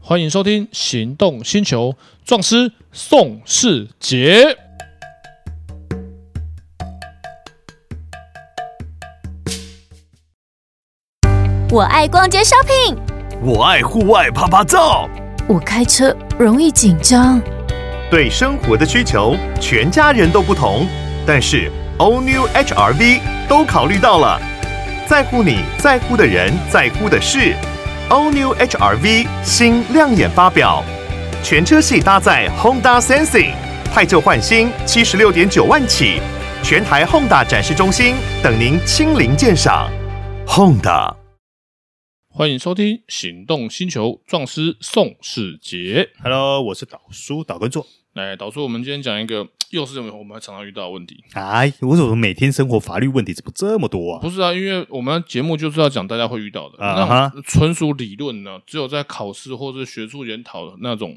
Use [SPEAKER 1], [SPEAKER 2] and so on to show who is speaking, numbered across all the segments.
[SPEAKER 1] 欢迎收听《行动星球》，壮师宋世杰。
[SPEAKER 2] 我爱逛街 shopping，
[SPEAKER 3] 我爱户外啪啪照，
[SPEAKER 4] 我开车容易紧张，
[SPEAKER 3] 对生活的需求全家人都不同，但是 All New HRV 都考虑到了，在乎你在乎的人在乎的事，All New HRV 新亮眼发表，全车系搭载 Honda Sensing，太旧换新七十六点九万起，全台 Honda 展示中心等您亲临鉴赏，Honda。
[SPEAKER 1] 欢迎收听《行动星球》，壮师宋世杰。
[SPEAKER 5] Hello，我是导叔导根座。
[SPEAKER 1] 来，导叔，我们今天讲一个又是我们常常遇到的问题。
[SPEAKER 5] 哎，我怎么每天生活法律问题怎么这么多啊？
[SPEAKER 1] 不是啊，因为我们节目就是要讲大家会遇到的。
[SPEAKER 5] 啊哈
[SPEAKER 1] 那纯属理论呢，只有在考试或者学术研讨的那种，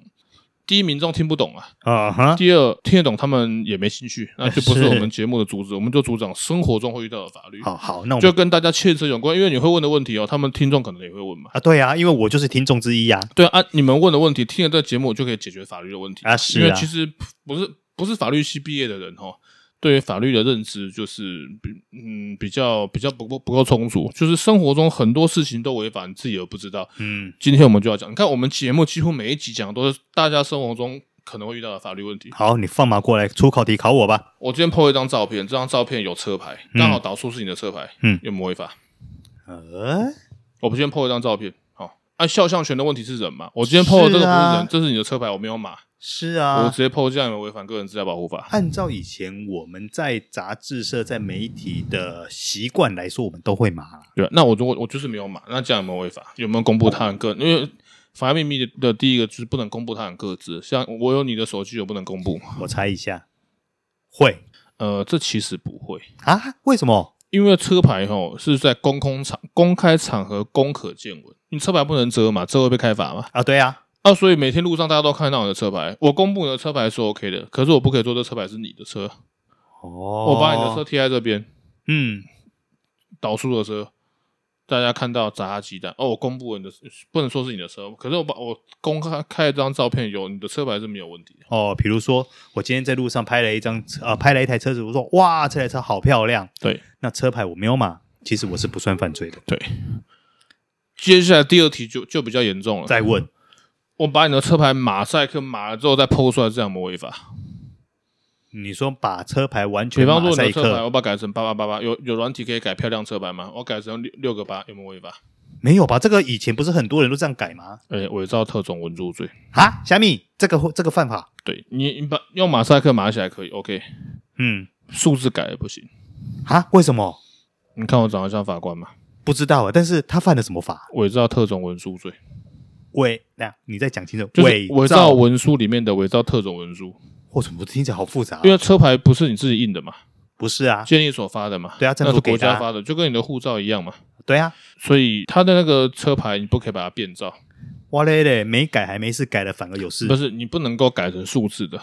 [SPEAKER 1] 第一民众听不懂啊，
[SPEAKER 5] 啊哈，
[SPEAKER 1] 第二听得懂他们也没兴趣，那就不是
[SPEAKER 5] 是
[SPEAKER 1] 我们节目的主旨，我们就主张生活中会遇到的法律。
[SPEAKER 5] 好好，那我
[SPEAKER 1] 就
[SPEAKER 5] 们
[SPEAKER 1] 跟大家切身有关，因为你会问的问题哦，他们听众可能也会问嘛。
[SPEAKER 5] 啊，对啊，因为我就是听众之一啊。
[SPEAKER 1] 对啊，你们问的问题，听了这个节目就可以解决法律的问题
[SPEAKER 5] 啊是啊
[SPEAKER 1] 因为其实不是不是法律系毕业的人哦，对于法律的认知就是比嗯比较比较不够不够充足，就是生活中很多事情都违法，你自己也不知道。
[SPEAKER 5] 嗯，
[SPEAKER 1] 今天我们就要讲，你看我们节目几乎每一集讲的都是大家生活中可能会遇到的法律问题。
[SPEAKER 5] 好，你放马过来，出考题考我吧。
[SPEAKER 1] 我今天 po 了一张照片，这张照片有车牌，
[SPEAKER 5] 嗯
[SPEAKER 1] 刚好导出是你的车牌，
[SPEAKER 5] 嗯
[SPEAKER 1] 有没有违法？
[SPEAKER 5] 呃，
[SPEAKER 1] 我今天 po 了一张照片，好、按肖像权的问题是人嘛？我今天 po 的这个不是
[SPEAKER 5] 是
[SPEAKER 1] 人，
[SPEAKER 5] 啊
[SPEAKER 1] 这是你的车牌，我没有码，
[SPEAKER 5] 是
[SPEAKER 1] 我
[SPEAKER 5] 啊
[SPEAKER 1] 直，接 po 这样有没有违反个人资料保护法？
[SPEAKER 5] 按照以前我们在杂志社、在媒体的习惯来说，我们都会骂。
[SPEAKER 1] 对啊吧，那我如果我就是没有码，那这样有没有违法？有没有公布他人个人？因为妨碍秘密的的第一个就是不能公布他人个资，像我有你的手机，我不能公布。
[SPEAKER 5] 我猜一下，会
[SPEAKER 1] 呃，这其实不会，
[SPEAKER 5] 啊？为什么？
[SPEAKER 1] 因为车牌吼是在公空场、公开场合公可见闻，你车牌不能遮嘛，遮会被开罚嘛。
[SPEAKER 5] 啊，对啊，
[SPEAKER 1] 啊，所以每天路上大家都看到你的车牌，我公布你的车牌是 OK 的，可是我不可以说这车牌是你的车。
[SPEAKER 5] 哦，
[SPEAKER 1] 我把你的车，贴在这边，
[SPEAKER 5] 嗯，
[SPEAKER 1] 倒数的车，大家看到砸他鸡蛋。哦，我公布了你的，不能说是你的车，可是我把我公开开了张照片，有你的车牌是没有问题的。
[SPEAKER 5] 哦，比如说我今天在路上拍了一张车，呃，拍了一台车子，我说哇，这台车好漂亮。
[SPEAKER 1] 对
[SPEAKER 5] 那车牌我没有码，其实我是不算犯罪的。
[SPEAKER 1] 对。接下来第二题就就比较严重了。
[SPEAKER 5] 再问，
[SPEAKER 1] 我把你的车牌马赛克码了之后再剖出来，这样有没有违法？
[SPEAKER 5] 你说把车牌完
[SPEAKER 1] 比
[SPEAKER 5] 全
[SPEAKER 1] 方
[SPEAKER 5] 马
[SPEAKER 1] 说你
[SPEAKER 5] 赛
[SPEAKER 1] 的车牌，
[SPEAKER 5] 克，
[SPEAKER 1] 我把它改成八八八八，有有软体可以改漂亮车牌吗？我改成六六个八，有没有违法？
[SPEAKER 5] 没有吧？这个以前不是很多人都这样改吗？
[SPEAKER 1] 哎，伪造特种文书罪。
[SPEAKER 5] 啊，小米，这个这个犯法，
[SPEAKER 1] 对你，你把用马赛克码起来可以，OK，
[SPEAKER 5] 嗯，
[SPEAKER 1] 数字改了不行。
[SPEAKER 5] 啊，为什么？
[SPEAKER 1] 你看我长得像法官吗？
[SPEAKER 5] 不知道啊，但是他犯了什么法？
[SPEAKER 1] 伪造特种文书罪，
[SPEAKER 5] 伪，那你再讲清楚，
[SPEAKER 1] 就是伪造
[SPEAKER 5] 造，
[SPEAKER 1] 文书里面的伪造特种文书，
[SPEAKER 5] 我怎么听起来好复杂啊？
[SPEAKER 1] 因为车牌不是你自己印的嘛，
[SPEAKER 5] 不是啊，
[SPEAKER 1] 监狱所发的嘛，
[SPEAKER 5] 对啊
[SPEAKER 1] 那
[SPEAKER 5] 政
[SPEAKER 1] 是
[SPEAKER 5] 府
[SPEAKER 1] 国
[SPEAKER 5] 给的啊
[SPEAKER 1] 家发的，就跟你的护照一样嘛。
[SPEAKER 5] 对啊，
[SPEAKER 1] 所以他的那个车牌，你不可以把它变造，
[SPEAKER 5] 哇嘞嘞，没改还没事，改了反而有事
[SPEAKER 1] 不是你不能够改成数字的。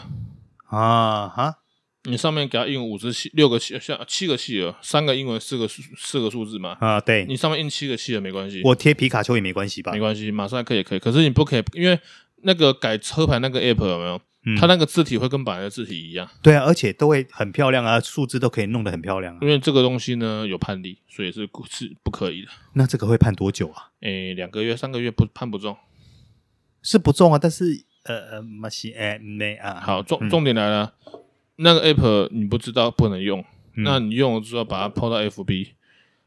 [SPEAKER 5] 啊哈，
[SPEAKER 1] 你上面给它印五只企六个企像七个企鹅，三个英文，四个数四个数字嘛。
[SPEAKER 5] 啊，对
[SPEAKER 1] 你，上面印七个企鹅没关系，
[SPEAKER 5] 我贴皮卡丘也没关系吧
[SPEAKER 1] 没？关系，马赛克也可以。可是你不可以，因为那个改车牌那个 app 有没有？
[SPEAKER 5] 嗯
[SPEAKER 1] 它那个字体会跟本来的字体一样，
[SPEAKER 5] 对啊，而且都会很漂亮啊，数字都可以弄得很漂亮啊
[SPEAKER 1] 因。为这个东西呢有判例，所以是是不可以的。
[SPEAKER 5] 那这个会判多久啊？
[SPEAKER 1] 诶，两个月、三个月不判不中。
[SPEAKER 5] 是不重啊，但是呃呃，嘛是哎那啊，
[SPEAKER 1] 好，重
[SPEAKER 5] 嗯
[SPEAKER 1] 重点来了，那个 app 你不知道不能用，
[SPEAKER 5] 嗯
[SPEAKER 1] 那你用了之后把它抛到 FB，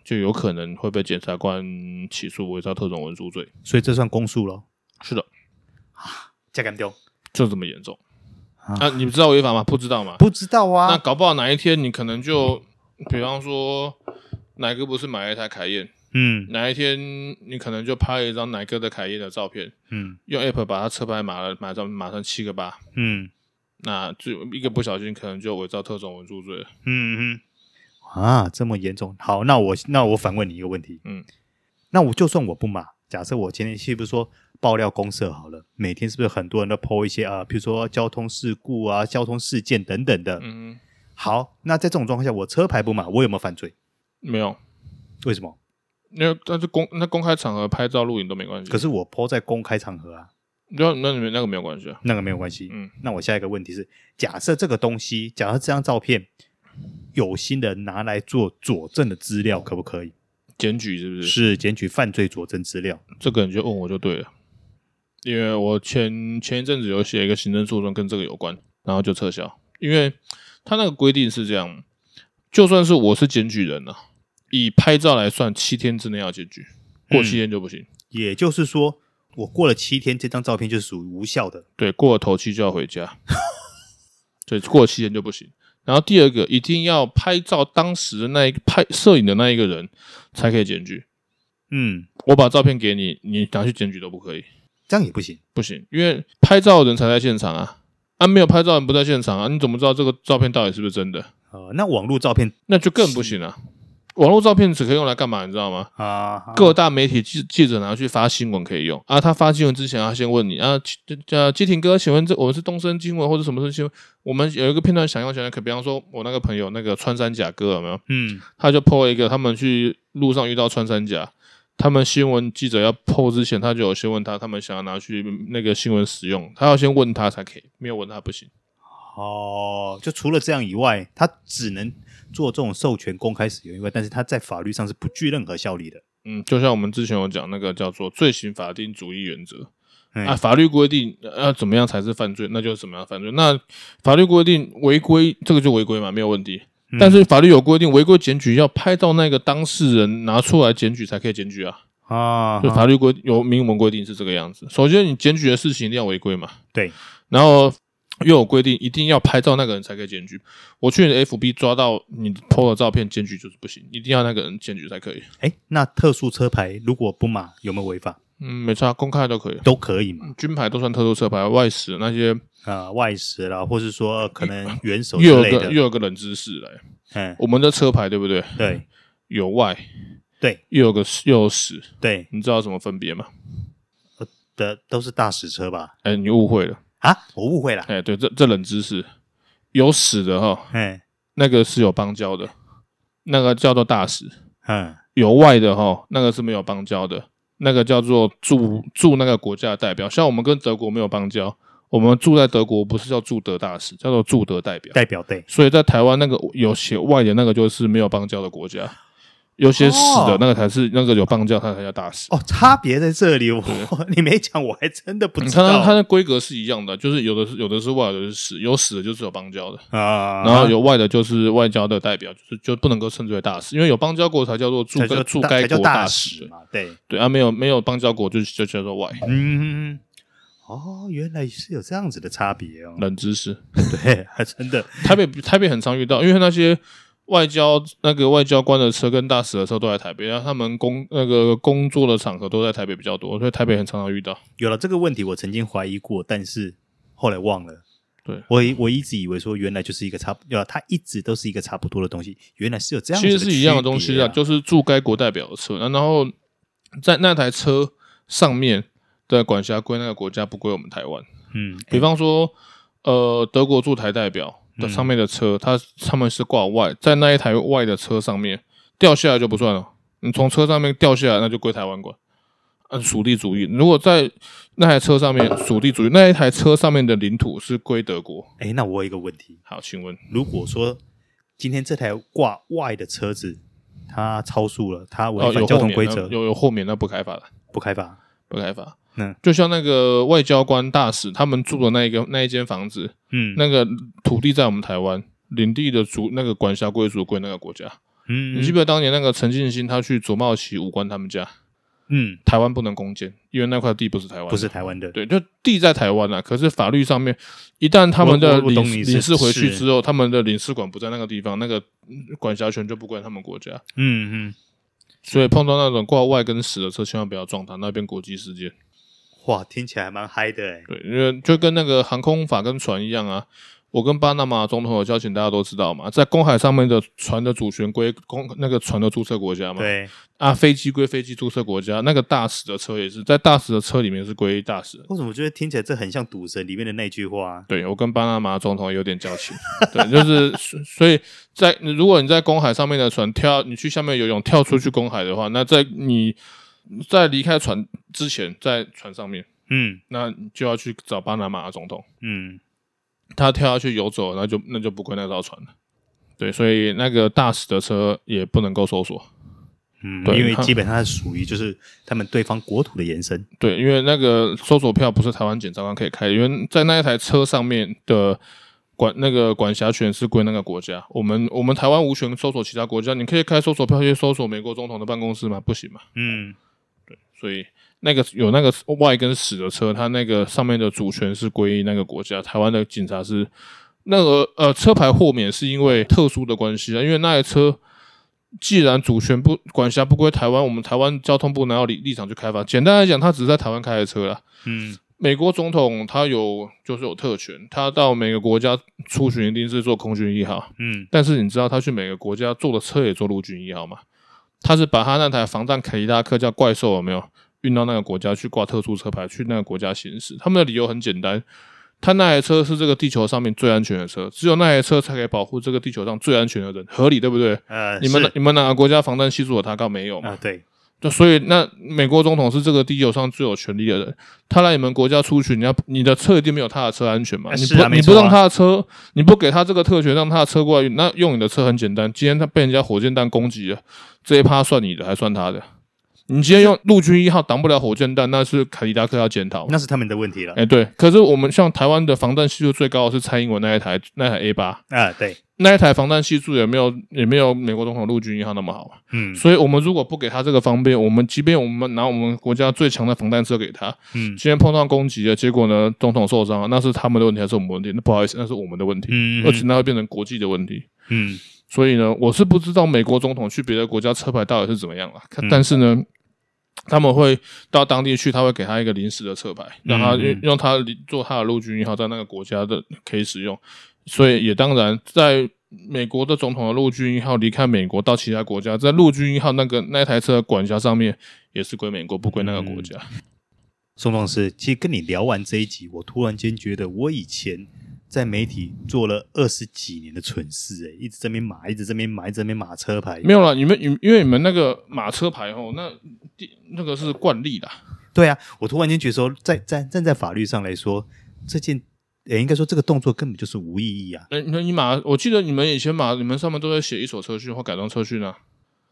[SPEAKER 1] 就有可能会被检察官起诉伪造特种文书罪。
[SPEAKER 5] 所以这算公诉咯。
[SPEAKER 1] 是的，
[SPEAKER 5] 加干掉？
[SPEAKER 1] 就这么严重。
[SPEAKER 5] 啊
[SPEAKER 1] 啊，你知道违法吗？不知道吗？
[SPEAKER 5] 不知道
[SPEAKER 1] 那
[SPEAKER 5] 啊，
[SPEAKER 1] 搞不好哪一天你可能就，比方说奶哥不是买了一台凯宴，
[SPEAKER 5] 嗯
[SPEAKER 1] 哪一天你可能就拍了一张奶哥的凯宴的照片，
[SPEAKER 5] 嗯
[SPEAKER 1] 用 app 把他车牌码了码上码上七个八，
[SPEAKER 5] 嗯
[SPEAKER 1] 那就一个不小心可能就伪造特种文书罪了。
[SPEAKER 5] 嗯嗯，啊，这么严重？好，那我那我反问你一个问题，
[SPEAKER 1] 嗯，
[SPEAKER 5] 那我就算我不码，假设我今天是不是说爆料公社好了？每天是不是很多人都 PO 一些啊，比如说交通事故啊、交通事件等等的？
[SPEAKER 1] 嗯，
[SPEAKER 5] 好，那在这种状况下，我车牌不码，我有没有犯罪？
[SPEAKER 1] 没有，
[SPEAKER 5] 为什么？
[SPEAKER 1] 因为但是公那公开场合拍照录影都没关系。
[SPEAKER 5] 可是我 PO 在公开场合啊，
[SPEAKER 1] 那那你们那个没有关系啊。
[SPEAKER 5] 那个没有关系。
[SPEAKER 1] 嗯，
[SPEAKER 5] 那我下一个问题是，假设这个东西，假设这张照片有心人拿来做佐证的资料，可不可以？
[SPEAKER 1] 检举是不是？
[SPEAKER 5] 是检举犯罪佐证资料。
[SPEAKER 1] 这个你就问我就对了，因为我前前一阵子有写一个行政诉状跟这个有关，然后就撤销，因为他那个规定是这样，就算是我是检举人呢、啊，以拍照来算，七天之内要检举，过七天就不行。
[SPEAKER 5] 也就是说，我过了七天，这张照片就是属于无效的。
[SPEAKER 1] 对，过了头七就要回家， 对，过了七天就不行。然后第二个，一定要拍照当时的那一个拍摄影的那一个人才可以检举。
[SPEAKER 5] 嗯，
[SPEAKER 1] 我把照片给你，你拿去检举都不可以，
[SPEAKER 5] 这样也不行。
[SPEAKER 1] 不行，因为拍照的人才在现场啊，啊，没有拍照的人不在现场啊，你怎么知道这个照片到底是不是真的？
[SPEAKER 5] 呃，那网络照片
[SPEAKER 1] 那就更不行了、网络照片只可以用来干嘛？你知道吗？
[SPEAKER 5] 啊，
[SPEAKER 1] 各大媒体记记者拿去发新闻可以用啊。他发新闻之前，他先问你啊，这这基廷哥，请问这我们是东森新闻或者什么是新闻？我们有一个片段想用起来，可比方说，我那个朋友那个穿山甲哥有没有？
[SPEAKER 5] 嗯，
[SPEAKER 1] 他就 PO 了一个他们去路上遇到穿山甲，他们新闻记者要 PO 之前，他就有先问他，他们想要拿去那个新闻使用，他要先问他才可以，没有问他不行。
[SPEAKER 5] 哦，就除了这样以外，他只能做这种授权公开使用以外，但是他在法律上是不具任何效力的。
[SPEAKER 1] 嗯，就像我们之前有讲那个叫做罪行法定主义原则，
[SPEAKER 5] 嗯
[SPEAKER 1] 啊，法律规定呃要怎么样才是犯罪，那就是怎么样犯罪。那法律规定违规，这个就违规嘛，没有问题。
[SPEAKER 5] 嗯
[SPEAKER 1] 但是法律有规定，违规检举要拍到那个当事人拿出来检举才可以检举啊。
[SPEAKER 5] 啊，
[SPEAKER 1] 就法律规有明文规定是这个样子。首先，你检举的事情一定要违规嘛，
[SPEAKER 5] 对，
[SPEAKER 1] 然后又有规定一定要拍照那个人才可以检举。我去你的 FB 抓到你 PO 的照片检举就是不行，一定要那个人检举才可以。
[SPEAKER 5] 哎，那特殊车牌如果不码有没有违法？
[SPEAKER 1] 嗯，没差，公开都可以。
[SPEAKER 5] 都可以嘛？
[SPEAKER 1] 军牌都算特殊车牌，外史那些
[SPEAKER 5] 啊，外食啦，或是说、呃可能元首之
[SPEAKER 1] 又有
[SPEAKER 5] 类
[SPEAKER 1] 个
[SPEAKER 5] 的，
[SPEAKER 1] 又有个冷知识来，
[SPEAKER 5] 嗯，
[SPEAKER 1] 我们的车牌对不对？
[SPEAKER 5] 对
[SPEAKER 1] 有外，
[SPEAKER 5] 对，
[SPEAKER 1] 又有个又有史，
[SPEAKER 5] 对
[SPEAKER 1] 你知道什么分别吗？
[SPEAKER 5] 的都是大使车吧？
[SPEAKER 1] 哎、你误会了，
[SPEAKER 5] 啊，我误会了，
[SPEAKER 1] 哎、对，这这冷知识，有史的哈，
[SPEAKER 5] 嗯
[SPEAKER 1] 那个是有邦交的，那个叫做大使；
[SPEAKER 5] 嗯，
[SPEAKER 1] 有外的哈，那个是没有邦交的，那个叫做驻驻那个国家的代表。像我们跟德国没有邦交，我们住在德国不是叫驻德大使，叫做驻德代表。
[SPEAKER 5] 代表队
[SPEAKER 1] 所以在台湾那个有写外的那个就是没有邦交的国家，有写死的
[SPEAKER 5] 哦
[SPEAKER 1] 那个才是、那个有邦交，它才叫大使。
[SPEAKER 5] 哦，差别在这里，我你没讲，我还真的不
[SPEAKER 1] 你
[SPEAKER 5] 知
[SPEAKER 1] 看嗯它它
[SPEAKER 5] 道
[SPEAKER 1] 的规格是一样的，就是有的是有的是外，有的是死，有死的就是有邦交的，
[SPEAKER 5] 啊，
[SPEAKER 1] 然后有外的就是外交的代表，就是就不能够称之为大使，因为有邦交国才叫做驻
[SPEAKER 5] 才叫
[SPEAKER 1] 该驻
[SPEAKER 5] 大
[SPEAKER 1] 该
[SPEAKER 5] 才叫
[SPEAKER 1] 国
[SPEAKER 5] 大
[SPEAKER 1] 使。
[SPEAKER 5] 嘛，对，
[SPEAKER 1] 对啊，没有没有邦交国就就叫做外。
[SPEAKER 5] 嗯，哦，原来是有这样子的差别哦，
[SPEAKER 1] 冷知识，
[SPEAKER 5] 对， 还真的，
[SPEAKER 1] 台北台北很常遇到，因为那些外交那个外交官的车跟大使的车都在台北，然后他们工那个工作的场合都在台北比较多，所以台北很常常遇到。
[SPEAKER 5] 有了这个问题，我曾经怀疑过，但是后来忘了。
[SPEAKER 1] 对
[SPEAKER 5] 我以我一直以为说，原来就是一个差不，呃，它一直都是一个差不多的东西，原来是有这样子
[SPEAKER 1] 其
[SPEAKER 5] 的、
[SPEAKER 1] 实是一样的东西
[SPEAKER 5] 啊，
[SPEAKER 1] 啊，就是驻该国代表的车，然后在那台车上面的管辖归那个国家，不归我们台湾。
[SPEAKER 5] 嗯，
[SPEAKER 1] 比方说，呃，德国驻台代表的上面的车，它他们是挂外，在那一台外的车上面掉下来就不算了，你从车上面掉下来，那就归台湾管。嗯，属地主义。如果在那台车上面属地主义，那一台车上面的领土是归德国。
[SPEAKER 5] 哎，那我有一个问题，
[SPEAKER 1] 好，请问
[SPEAKER 5] 如果说今天这台挂外的车子它超速了，它
[SPEAKER 1] 哦，
[SPEAKER 5] 违
[SPEAKER 1] 有
[SPEAKER 5] 反交
[SPEAKER 1] 后
[SPEAKER 5] 通
[SPEAKER 1] 面
[SPEAKER 5] 规
[SPEAKER 1] 那
[SPEAKER 5] 则，
[SPEAKER 1] 有有后面那不开发了。
[SPEAKER 5] 不开罚，
[SPEAKER 1] 不开发。
[SPEAKER 5] 嗯，
[SPEAKER 1] 就像那个外交官大使他们住的那一个那一间房子，
[SPEAKER 5] 嗯，
[SPEAKER 1] 那个土地在我们台湾，领地的主那个管辖归属归那个国家。
[SPEAKER 5] 嗯
[SPEAKER 1] 你记不记得当年那个陈进兴他去左茂旗武官他们家，
[SPEAKER 5] 嗯，
[SPEAKER 1] 台湾不能攻坚，因为那块地不是台湾的，
[SPEAKER 5] 不是台湾的，
[SPEAKER 1] 嗯对，就地在台湾啊，可是法律上面，一旦他们
[SPEAKER 5] 我
[SPEAKER 1] 的
[SPEAKER 5] 我我
[SPEAKER 1] 领
[SPEAKER 5] 懂你是
[SPEAKER 1] 领事回去
[SPEAKER 5] 是
[SPEAKER 1] 之后，他们的领事馆不在那个地方，那个嗯管辖权就不归他们国家。
[SPEAKER 5] 嗯嗯，
[SPEAKER 1] 所以碰到那种挂外跟死的车，千万不要撞它，那边国际事件。
[SPEAKER 5] 哇，听起来还蛮嗨的哎，
[SPEAKER 1] 对，因为就跟那个航空法跟船一样啊。我跟巴拿马总统有交情，大家都知道嘛，在公海上面的船的主权归公那个船的注册国家嘛，
[SPEAKER 5] 对，
[SPEAKER 1] 啊，飞机归飞机注册国家，那个大使的车也是在大使的车里面是归大使的。
[SPEAKER 5] 为什么我觉得听起来这很像《赌神》里面的那句话？啊
[SPEAKER 1] 对我跟巴拿马总统有点交情，对，就是 所所以在如果你在公海上面的船跳，你去下面游泳跳出去公海的话，那在你在离开船之前，在船上面
[SPEAKER 5] 嗯
[SPEAKER 1] 那就要去找巴拿马的总统，
[SPEAKER 5] 嗯
[SPEAKER 1] 他跳下去游走，那就那就不归那艘船了。对，所以那个大使的车也不能够搜索。
[SPEAKER 5] 嗯，
[SPEAKER 1] 对
[SPEAKER 5] 因为
[SPEAKER 1] 他
[SPEAKER 5] 基本上是属于就是他们对方国土的延伸。
[SPEAKER 1] 对，因为那个搜索票不是台湾检察官可以开的，因为在那一台车上面的管那个管辖权是归那个国家。我们我们台湾无权搜索其他国家，你可以开搜索票去搜索美国总统的办公室吗？不行嘛。
[SPEAKER 5] 嗯
[SPEAKER 1] 所以那个有那个外跟死的车，它那个上面的主权是归那个国家。台湾的警察是那个呃车牌豁免是因为特殊的关系啊，因为那台车既然主权不管辖不归台湾，我们台湾交通部哪有立立场去开发？简单来讲，他只是在台湾开的车啦。
[SPEAKER 5] 嗯
[SPEAKER 1] 美国总统他有就是有特权，他到每个国家出巡一定是做空军一号，
[SPEAKER 5] 嗯
[SPEAKER 1] 但是你知道他去每个国家坐的车也坐陆军一号吗？他是把他那台防弹凯迪拉克叫怪兽有没有运到那个国家去挂特殊车牌，去那个国家行驶。他们的理由很简单，他那台车是这个地球上面最安全的车，只有那台车才可以保护这个地球上最安全的人，合理对不对？
[SPEAKER 5] 呃，
[SPEAKER 1] 你们哪
[SPEAKER 5] 是
[SPEAKER 1] 你们哪个国家防弹系数有他高没有嘛？
[SPEAKER 5] 啊对，
[SPEAKER 1] 那所以，那美国总统是这个地球上最有权力的人，他来你们国家出去，你要你的车一定没有他的车安全嘛？
[SPEAKER 5] 啊
[SPEAKER 1] 你
[SPEAKER 5] 是
[SPEAKER 1] 不、
[SPEAKER 5] 啊没
[SPEAKER 1] 你
[SPEAKER 5] 错
[SPEAKER 1] 不
[SPEAKER 5] 啊
[SPEAKER 1] 让他的车，你不给他这个特权，让他的车过来运，那用你的车很简单。今天他被人家火箭弹攻击了，这一趴算你的，还算他的。你今天用陆军一号挡不了火箭弹，那是凯迪拉克要检讨。
[SPEAKER 5] 那是他们的问题了
[SPEAKER 1] 哎、。对，可是我们像台湾的防弹系数最高的是蔡英文那一台那台 A 八，
[SPEAKER 5] 啊对，
[SPEAKER 1] 那一台防弹系数也没有也没有美国总统陆军一号那么好嘛。
[SPEAKER 5] 嗯
[SPEAKER 1] 所以，我们如果不给他这个方便，我们即便我们拿我们国家最强的防弹车给他，今
[SPEAKER 5] 嗯
[SPEAKER 1] 天碰到攻击了，结果呢，总统受伤了，那是他们的问题还是我们的问题？那不好意思，那是我们的问题，
[SPEAKER 5] 嗯
[SPEAKER 1] 而且那会变成国际的问题。
[SPEAKER 5] 嗯
[SPEAKER 1] 所以呢，我是不知道美国总统去别的国家车牌到底是怎么样了，看
[SPEAKER 5] 嗯
[SPEAKER 1] 但是呢。他们会到当地去，他会给他一个临时的车牌，让他
[SPEAKER 5] 嗯
[SPEAKER 1] 用
[SPEAKER 5] 嗯
[SPEAKER 1] 用他做他的陆军一号，在那个国家的可以使用。所以也当然，在美国的总统的陆军一号离开美国到其他国家，在陆军一号那个那台车的管辖上面也是归美国，不归那个
[SPEAKER 5] 嗯
[SPEAKER 1] 国家。
[SPEAKER 5] 宋壮士，其实跟你聊完这一集，我突然间觉得，我以前在媒体做了二十几年的蠢事、哎，一直这边码，一直这边码，一直这边码车牌。
[SPEAKER 1] 没有啦，你们你因为你们那个马车牌哦，那第那个是惯例啦。
[SPEAKER 5] 对啊，我突然间觉得说，在站站在法律上来说，这件，哎、应该说这个动作根本就是无意义啊。
[SPEAKER 1] 哎、那你马，我记得你们以前马，你们上面都在写一手车讯或改装车讯啊。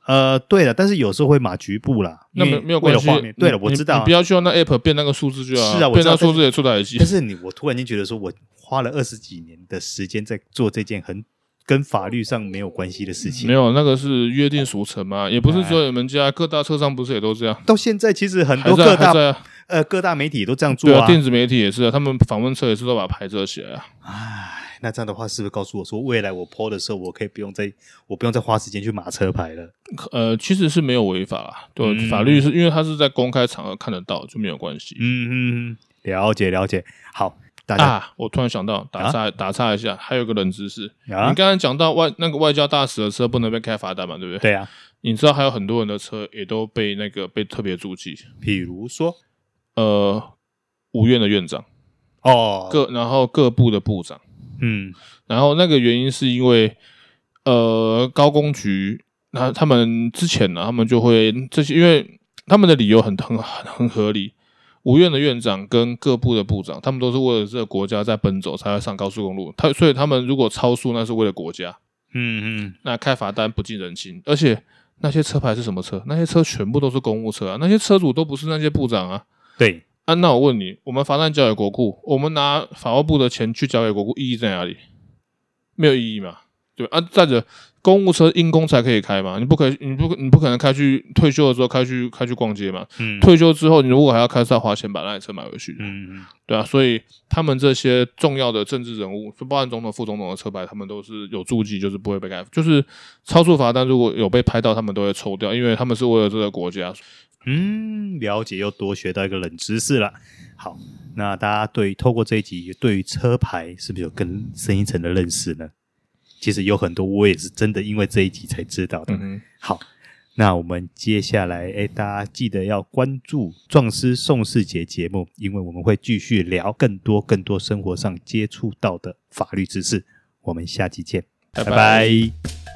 [SPEAKER 5] 呃，对了，但是有时候会码局部啦，
[SPEAKER 1] 那
[SPEAKER 5] 因
[SPEAKER 1] 没
[SPEAKER 5] 为
[SPEAKER 1] 没有
[SPEAKER 5] 为
[SPEAKER 1] 关
[SPEAKER 5] 了
[SPEAKER 1] 系
[SPEAKER 5] 画面。。对了，
[SPEAKER 1] 你
[SPEAKER 5] 我知道
[SPEAKER 1] 你
[SPEAKER 5] 啊、
[SPEAKER 1] 你不要去用那 app 变那个数字就好
[SPEAKER 5] 是啊我
[SPEAKER 1] 变
[SPEAKER 5] 知道
[SPEAKER 1] 那数字也出来一 些。
[SPEAKER 5] 但是你，我突然间觉得说，我花了二十几年的时间在做这件很跟法律上没有关系的事情
[SPEAKER 1] 没。有，那个是约定俗成嘛，也不
[SPEAKER 5] 哎
[SPEAKER 1] 是只有你们家，各大车商不是也都这样？
[SPEAKER 5] 到现在，其实很
[SPEAKER 1] 还
[SPEAKER 5] 多
[SPEAKER 1] 在
[SPEAKER 5] 各
[SPEAKER 1] 还
[SPEAKER 5] 大
[SPEAKER 1] 在啊，
[SPEAKER 5] 呃各大媒体都这样
[SPEAKER 1] 对
[SPEAKER 5] 做啊。
[SPEAKER 1] 电子媒体也是啊，他们访问车也是都把牌遮起来啊。
[SPEAKER 5] 唉，那这样的话，是不是告诉我说，未来我 PO 的时候，我可以不用再我不用再花时间去码车牌了？
[SPEAKER 1] 呃，其实是没有违法啦，对，
[SPEAKER 5] 嗯
[SPEAKER 1] 法律是因为它是在公开场合看得到，就没有关系。
[SPEAKER 5] 嗯嗯，嗯了解了解。好，大家、
[SPEAKER 1] 啊，我突然想到，打岔、打岔一下，还有一个冷知识，
[SPEAKER 5] 啊
[SPEAKER 1] 你刚才讲到外那个外交大使的车不能被开罚单嘛，对不对？
[SPEAKER 5] 对啊，
[SPEAKER 1] 你知道还有很多人的车也都被那个被特别注记，
[SPEAKER 5] 比如说
[SPEAKER 1] 呃，五院的院长，
[SPEAKER 5] 哦，
[SPEAKER 1] 各然后各部的部长，
[SPEAKER 5] 嗯
[SPEAKER 1] 然后那个原因是因为呃高工局，那他们之前呢，他们就会这些，因为他们的理由很很很合理。五院的院长跟各部的部长，他们都是为了这个国家在奔走，才会上高速公路。他所以他们如果超速，那是为了国家。
[SPEAKER 5] 嗯嗯，
[SPEAKER 1] 那开罚单不近人情，而且那些车牌是什么车？那些车全部都是公务车啊，那些车主都不是那些部长啊。
[SPEAKER 5] 对，
[SPEAKER 1] 啊，那我问你，我们罚单交给国库，我们拿法务部的钱去交给国库，意义在哪里？没有意义嘛？对吧啊，再者，公务车因公才可以开嘛，你不可以，你不你不可能开去退休的时候开去开去逛街嘛。
[SPEAKER 5] 嗯
[SPEAKER 1] 退休之后，你如果还要开是要花钱把那台车买回去的，
[SPEAKER 5] 嗯嗯
[SPEAKER 1] 对啊，所以他们这些重要的政治人物，就包含总统、副总统的车牌，他们都是有注记，就是不会被开，就是超速罚单如果有被拍到，他们都会抽掉，因为他们是为了这个国家。
[SPEAKER 5] 嗯，了解，又多学到一个冷知识了。好，那大家对于透过这一集，对于车牌是不是有更深一层的认识呢？其实有很多我也是真的因为这一集才知道的。
[SPEAKER 1] 嗯哼，
[SPEAKER 5] 好，那我们接下来，哎，大家记得要关注《壮师宋世杰》节目，因为我们会继续聊更多更多生活上接触到的法律知识。我们下期见，
[SPEAKER 1] 拜
[SPEAKER 5] 拜拜